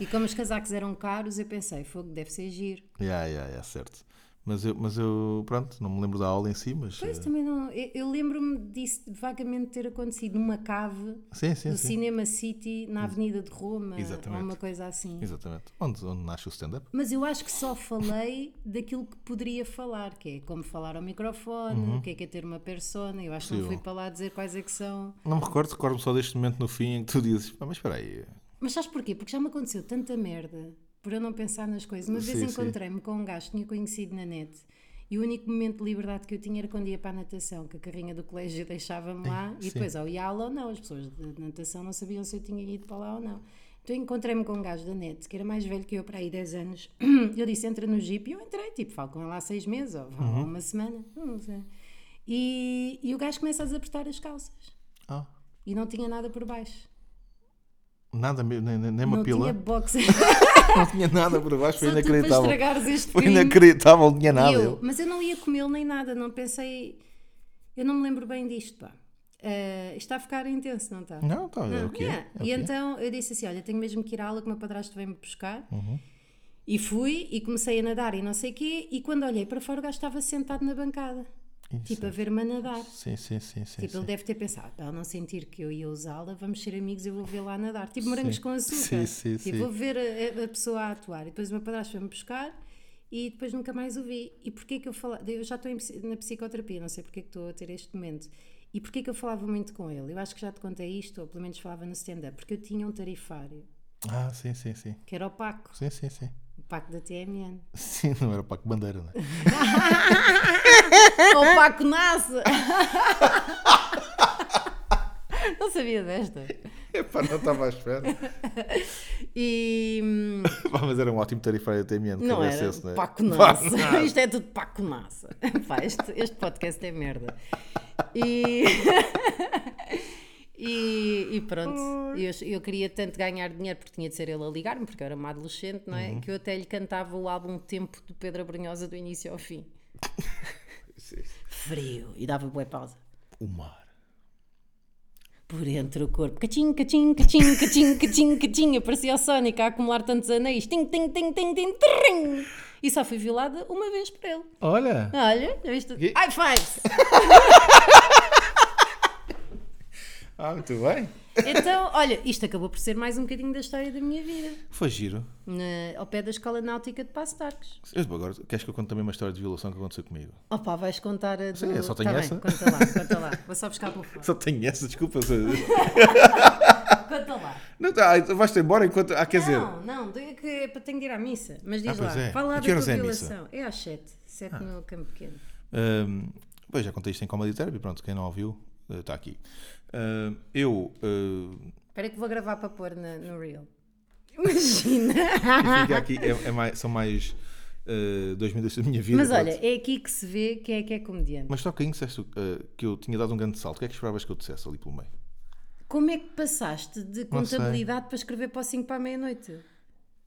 e como os casacos eram caros, eu pensei: Fogo, deve ser giro. Yeah, yeah, yeah, certo. Mas eu, mas eu, pronto, não me lembro da aula em si, mas. Pois eh, também não. Eu, eu lembro-me disso vagamente ter acontecido numa cave Sim, sim, do sim. Cinema City na Avenida de Roma Exatamente. ou uma coisa assim. Exatamente. Onde, onde nasce o stand-up? Mas eu acho que só falei daquilo que poderia falar, que é como falar ao microfone, o que é que é ter uma persona. Eu acho que não Uhum. Possível. fui para lá dizer quais é que são. Não me recordo, recordo-me só deste momento no fim em que tu dizes, "Pá, mas espera aí. Mas sabes porquê? Porque já me aconteceu tanta merda por eu não pensar nas coisas. Uma Sim, vez sim. encontrei-me com um gajo que tinha conhecido na net e o único momento de liberdade que eu tinha era quando ia para a natação, que a carrinha do colégio deixava-me lá sim. e depois ou ia à aula ou não. As pessoas de natação não sabiam se eu tinha ido para lá ou não. Então encontrei-me com um gajo da net que era mais velho que eu, para aí 10 anos. Eu disse: entra no jeep e eu entrei, tipo, falo com ele há 6 meses ou vá Uhum. lá uma semana, não sei. E, e o gajo começa a desapertar as calças Ah, e não tinha nada por baixo. nada, mesmo, nem, nem- nem uma não pila. tinha boxer. Não tinha nada por baixo, foi Só tu para inacreditável. estragares este Foi crime. inacreditável, não tinha nada. E eu, Eu... mas eu não ia comê-lo nem nada, não pensei. Eu não me lembro bem disto, pá. Ah, está a ficar intenso, não está? Não, tá, é o que é. é. é o E que é. então eu disse assim: olha, tenho mesmo que ir à aula que o meu padrasto vem-me buscar. Uhum. E fui e comecei a nadar e não sei o quê. E quando olhei para fora, o gajo estava sentado na bancada, tipo a é ver-me a nadar. Sim, sim, sim, sim. Tipo, sim. ele deve ter pensado, para ela não sentir que eu ia usá-la, vamos ser amigos, eu vou vê-la a nadar. Tipo, morangos com açúcar. Sim, sim, tipo, sim. vou ver a- a, a pessoa a atuar. E depois o meu padrasto foi-me buscar e depois nunca mais o vi. E porquê que eu falava... Eu já estou em psi- na psicoterapia, não sei porquê que estou a ter este momento. E porquê que eu falava muito com ele? Eu acho que já te contei isto, ou pelo menos falava no stand-up. Porque eu tinha um tarifário, Ah, sim, sim, sim. que era o Paco. Sim, sim, sim. O Paco da TMN. Sim, não era o Paco Bandeira, não é? ou o Paco Nasce! não sabia desta. Epá, não estava à espera. E... hum, Pá, mas era um ótimo tarifário da TMN. Não era, Esse, não é? Paco Paco Nassa. Nassa. Isto é tudo Paco Nassa. Pá, este, este podcast é merda. E, e, e pronto, eu, eu queria tanto ganhar dinheiro porque tinha de ser ele a ligar-me, porque eu era uma adolescente, não é? Uhum. Que eu até lhe cantava o álbum Tempo de Pedra Brunhosa do início ao fim. Frio. E dava boa pausa. O mar. Por entre o corpo, cachim, cachim, cachim, cachim, cachim, cachim, eu parecia o Sonic a acumular tantos anéis, tim, tim, tim, tim, tim, trim. E só fui violada uma vez por ele. Olha! Olha, já viste? Quê? High fives! Ah, muito bem. Então, olha, isto acabou por ser mais um bocadinho da história da minha vida. Foi giro. Na- ao pé da Escola Náutica de Passo de Arcos. Eu, agora, queres que eu conte também uma história de violação que aconteceu comigo? Opa, vais contar a do... Sim, eu só tenho Tá essa. Bem, conta lá, conta lá. Vou só buscar a telefone. Só tenho essa, desculpa. se- Conta lá. Não, tá, vais-te embora enquanto. Ah, quer dizer. Não, não, do- é que é para- tenho de ir à missa. Mas diz Ah, pois lá, é. fala A lá que da tua horas é a missa? Ah. violação. É às 7, 7 no Campo Pequeno. Ahm, hum, pois já contei isto em Comedy Therapy, pronto, quem não ouviu eh, está aqui. Ahm, eu. eh, Espera que vou gravar para pôr na- no Reel. Imagina! fica aqui, é- é mais- são mais eh, dois minutos da minha vida. Mas pronto. olha, é aqui que se vê quem é que é comediante. Mas só que disseste eh, que eu tinha dado um grande salto. O que é que esperavas que eu dissesse ali pelo meio? Como é que passaste de Não sei. contabilidade para escrever para o 5 para a meia-noite?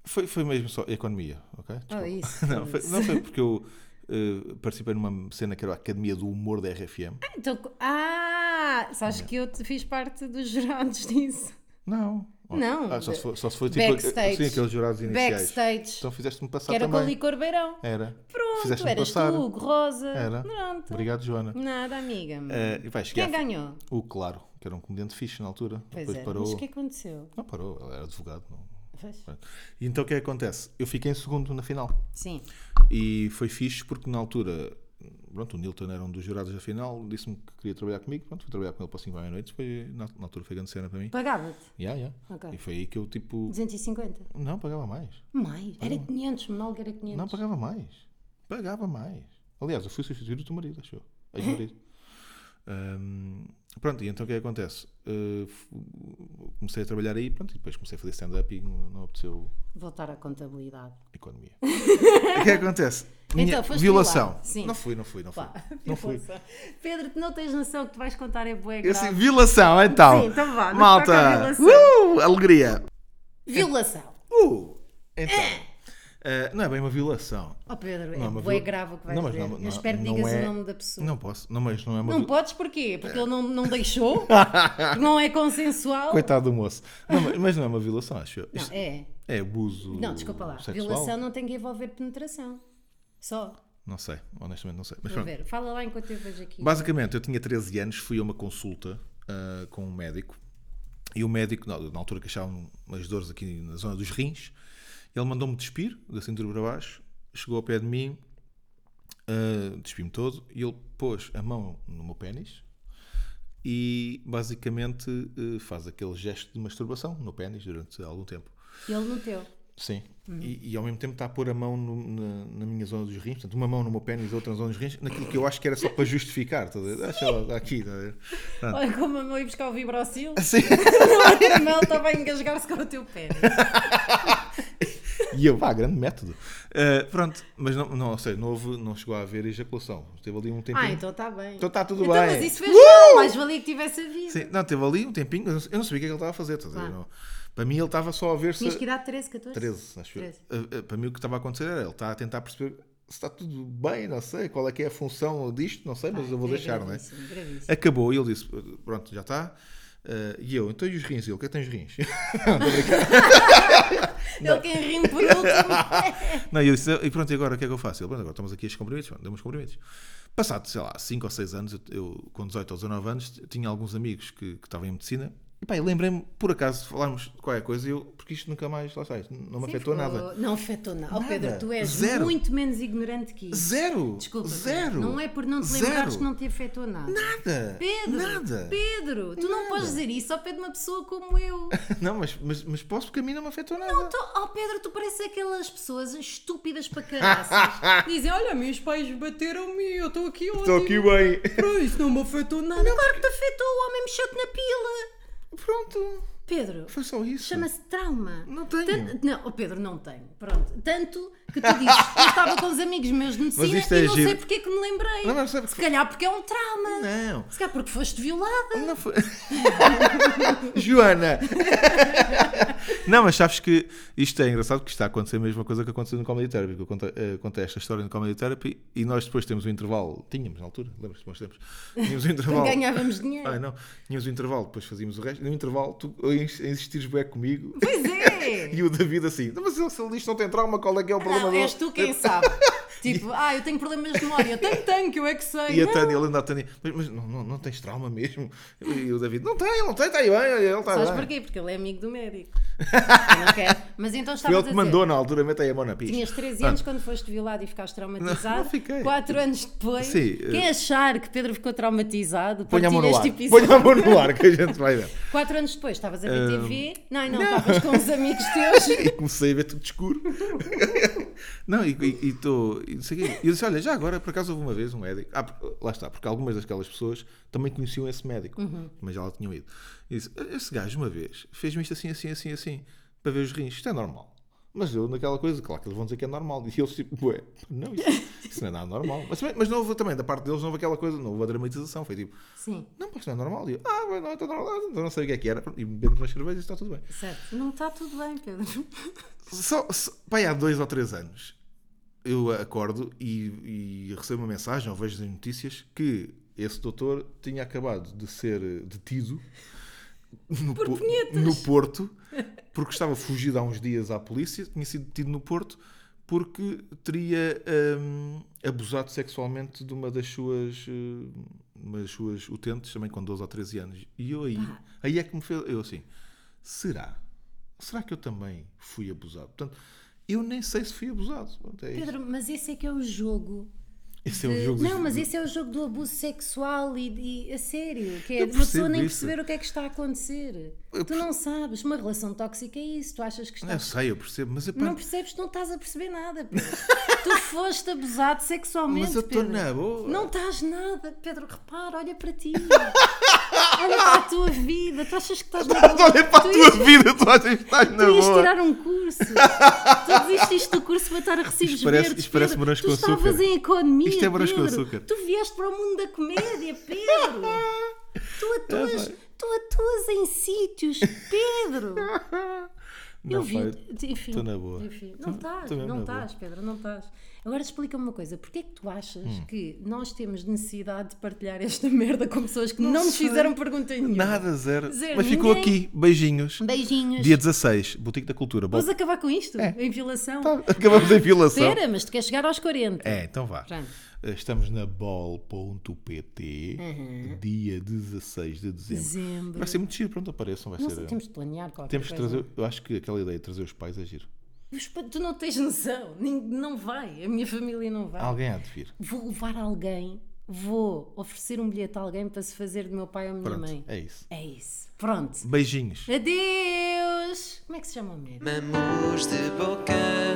Foi, foi mesmo só economia, ok? Oh, Desculpa. isso. não, foi, não foi porque eu eh, participei numa cena que era a Academia do Humor da RFM. Então, co- ah, sabes que eu te fiz parte dos jurados disso. Não. Não. Ah, só, se foi, só se foi tipo. Backstage. Sim, aqueles jurados iniciais. Backstage. Então fizeste-me passar que era com o também. Licor Beirão. Era. Pronto, Fizeste-me eras passar. tu, Hugo Rosa. Era. Pronto. Obrigado, Joana. Nada, amiga. Eh, e vai quem chegar. ganhou? O Claro, que era um comediante fixe na altura. Pois depois é, parou. mas o que é que aconteceu? Não parou, ele era advogado. não- Pois. E então o que é que acontece? Eu fiquei em segundo na final. Sim. E foi fixe porque na altura, pronto, o Nilton era um dos jurados da final, disse-me que queria trabalhar comigo, pronto, fui trabalhar com ele para 5 à meia-noite, foi, na, na altura foi grande cena para mim. Pagava-te Yeah, yeah. Ok. E foi aí que eu tipo, 250. não, pagava mais. Mais? Era 500, o monólogo era 500. Não, pagava mais. Pagava mais. Aliás, eu fui substituir o teu marido, achou? Ex-marido. Hum, pronto, e então o que é que acontece? Uh, fu- comecei a trabalhar aí, pronto, e depois comecei a fazer stand-up e não não apeteceu Voltar à contabilidade. economia. o que é que acontece? Minha Então, foste violação. violado, sim. Não fui, não fui, não fui. Não fui. Pedro, tu não tens noção que tu vais contar é bué Eu grave. sei, violação, então. Sim, então vá, mas toca a Malta. violação. Uh, alegria. Violação. Uh, então. eh, não é bem uma violação. Oh Pedro, Não, é mas bué viola- grave o que vais Não, mas dizer. não- Eu não- espero que não digas é- o nome da pessoa. Não posso, não, mas não é uma Não vi- podes porquê? Porque ele não, não deixou? Porque não é consensual? Coitado do moço. Não, mas- mas não é uma violação, acho eu. Isto Não, é. é abuso. Não, desculpa lá. sexual. Violação não tem que envolver penetração. Só. Não sei, honestamente não sei. Mas Vou pronto. ver. Fala lá enquanto eu vejo aqui. Basicamente, eu tinha 13 anos, fui a uma consulta ah, com um médico e o médico, na, na altura que achavam umas dores aqui na zona dos rins, ele mandou-me despir da cintura para baixo, chegou ao pé de mim, ah, despi-me todo e ele pôs a mão no meu pênis e basicamente eh, faz aquele gesto de masturbação no pênis durante algum tempo. Ele no teu. Sim. Hum. E, e ao mesmo tempo está a pôr a mão no- na, na minha zona dos rins, portanto, uma mão no meu pênis, outra na zona dos rins, naquilo que eu acho que era só para justificar. Tá a ver? Deixa ela dar aqui, tá a ver? Pronto. Olha como a mãe ia buscar o vibrocil. Assim. A Mel estava a engasgar-se com o teu pé. E eu, vá, grande método. Ah, pronto, mas não, não, ou seja, não, houve, não chegou a haver ejaculação. Teve ali um tempinho. Ah, então está bem. Então está tudo Então, bem. Mas isso fez mal, mais valia que tivesse havido. Sim, não, teve ali um tempinho, eu não- eu não sabia o que é que ele estava a fazer. tá a ver? Claro. Não- Para mim, ele estava só a ver se. Tinhas que ir dar 13, 14? 13, acho eu. 13. Ah, ah, Para mim o que estava a acontecer era ele está a tentar perceber se está tudo bem, não sei, qual é que é a função disto, não sei, mas eu vou É deixar, não é? gravíssimo, gravíssimo. Acabou e ele disse: Pronto, já está. Ah, e eu, então e os rins? E Ele, o que é que tem os rins? É Ele quem rime por último. não, e eu disse: E pronto, e agora o que é que eu faço? Ele, pronto, agora estamos aqui a estes comprimidos, pronto, demos comprimidos. Passado, sei lá, 5 ou 6 anos, eu, eu, com 18 ou 19 anos, t- tinha alguns amigos que, que estavam em medicina. E pá, e lembrei-me, por acaso, de falarmos de qualquer coisa, e eu, porque isto nunca mais, lá está, isto não me Ficou- afetou nada. Não afetou nada. Nada. Oh, Pedro, tu és Zero. muito menos ignorante que isso. Zero! Desculpa, Pedro. Zero! Não é por não te Zero. lembrares que não te afetou nada. Nada! Pedro, Nada! Pedro, tu não Nada. podes dizer isso ao pé de uma pessoa como eu. Não, mas, mas, mas posso porque a mim não me afetou nada. Tu, oh Pedro, tu pareces aquelas pessoas estúpidas para caraças. Dizem, olha, meus pais bateram-me e eu estou aqui Estou aqui bem. Pô, isso não me afetou nada. claro que te afetou, o homem mexeu-te na pila. Pronto, Pedro, foi só isso. chama-se trauma. Não tenho. Tanto, não, oh Pedro, não tenho. Pronto. Tanto que tu dizes, eu estava com os amigos meus de medicina isto e é não giro. sei porque é que me lembrei. Não, mas sabe Se que- calhar porque é um trauma. Não, Se calhar porque foste violada. não foi. Joana! não, mas sabes que isto é engraçado porque está a acontecer a mesma coisa que aconteceu no Comedy Therapy. Que eu contei, eh, contei esta história no Comedy Therapy e nós depois temos um intervalo. Tínhamos na altura, lembras-te de bons tempos? Tínhamos um Não intervalo. ganhávamos dinheiro. Ah, não. Tínhamos um intervalo, depois fazíamos o resto. No intervalo, tu ins- insistires bem comigo Pois é. e o David assim. "Não, Mas ele- se ele diz que não tem trauma, qual é que é o problema Não, dele?" és tu quem sabe. tipo, ah, eu tenho problemas de memória. Tenho, tenho, que eu é que sei. E a Não, Tânia, ele anda a Tânia, mas, mas não, não, não tens trauma mesmo? E o David, não tem, ele não tem, está aí bem, olha, ele está Sabes bem. porquê? Porque ele é amigo do médico. Eu não quero. Mas então Foi estavas ele a que dizer, mandou na altura, mete aí a mão na pista. Tinhas 13 anos quando foste violado e ficaste traumatizado. Ah. Não, não fiquei. 4 anos depois. Sim, quem achar que Pedro ficou traumatizado? Põe a mão no partilha ar, este põe a episódio. mão no ar que a gente vai ver. 4 anos depois estavas a ver TV. Não, não, estavas com os amigos teus. E comecei a ver tudo escuro. não, e e- e estou, e não sei o quê. E eu disse, olha, já agora, por acaso houve uma vez um médico. Ah, por- lá está, porque algumas daquelas pessoas também conheciam esse médico, Uhum. mas já lá tinham ido. E disse, "Ah, esse gajo uma vez fez-me isto assim, assim, assim, assim, para ver os rins, isto é normal. Mas eu naquela coisa, claro que eles vão dizer que é normal. E eles tipo, ué, não, isso, isso não é nada normal. Mas, também- mas não houve também, da parte deles, não houve aquela coisa, não houve a dramatização. Foi tipo, Sim, não, mas isto não é normal. E eu, ah, mas não, então não, não, não sei o que é que era. E bebemos umas cervejas e está tudo bem. certo. Não está tudo bem, Pedro. Só, só- pai, há dois ou três anos eu acordo e, e recebo uma mensagem ou vejo nas notícias que esse doutor tinha acabado de ser eh, detido no, Po- no Porto porque estava fugido há uns dias à polícia, tinha sido detido no Porto porque teria hum, abusado sexualmente de uma das suas, eh, uma das suas utentes, também com 12 ou 13 anos. E eu aí, aí é que me fez, eu assim, será? Será que eu também fui abusado? Portanto, eu nem sei se fui abusado. Portanto, é isto. Pedro, mas esse é que é o jogo. Esse é o de- jogo não, dos- mas esse é o jogo do abuso sexual e, e- a sério, que é Eu de uma pessoa percebo nem isso. perceber o que é que está a acontecer. Eu tu não sabes, uma relação tóxica é isso, tu achas que Eu estás. sei, eu percebo, mas eu, pá, Não, percebes, tu não estás a perceber nada, Pedro. tu foste abusado sexualmente. Mas eu estou Pedro. na boa. Não estás nada, Pedro, repara, olha para ti. olha para a tua vida, tu achas que estás na boa. olha para a Tu tua vida, tu achas que estás na Tu ias boa. tirar um curso. tu desististe do curso para estar a recibos Isto parece- verdes, isto parece Pedro. morangos Tu com estavas açúcar. em economia, Isto é morangos com Pedro. açúcar. Tu vieste para o mundo da comédia, Pedro. É, tu, atuas, tu atuas em sítios, Pedro. Eu Não, vi. pá, Enfim. tô na boa. enfim. Não Tô- estás, tô mesmo não tá. na boa. estás, Pedro, não estás. Agora explica-me uma coisa: porquê é que tu achas Hum. que nós temos necessidade de partilhar esta merda com pessoas que não, nos sei. fizeram pergunta nenhuma? Nada, zero. Zero, Mas ficou ninguém. aqui. Beijinhos. Beijinhos. Dia 16, Boutique da Cultura. Bom, Vamos acabar com isto? Em violação? tá, acabamos em violação. Espera, mas tu queres chegar aos 40. É, então vá. Pronto. Estamos na bol.pt, dia 16 de dezembro. Uhum. Dezembro. Vai ser muito giro, pronto, apareçam. Vai Não ser... eh, sei, temos de planear qualquer Temos de coisa. trazer, eu acho que aquela ideia de trazer os pais é giro. Os pa- Tu não tens noção, nin- não vai, a minha família não vai. Alguém há de vir. Vou levar alguém, vou oferecer um bilhete a alguém para se fazer do meu pai ou minha Pronto, mãe. é isso. É isso. Pronto. Beijinhos. Adeus! Como é que se chama o médico? Mamus de boca,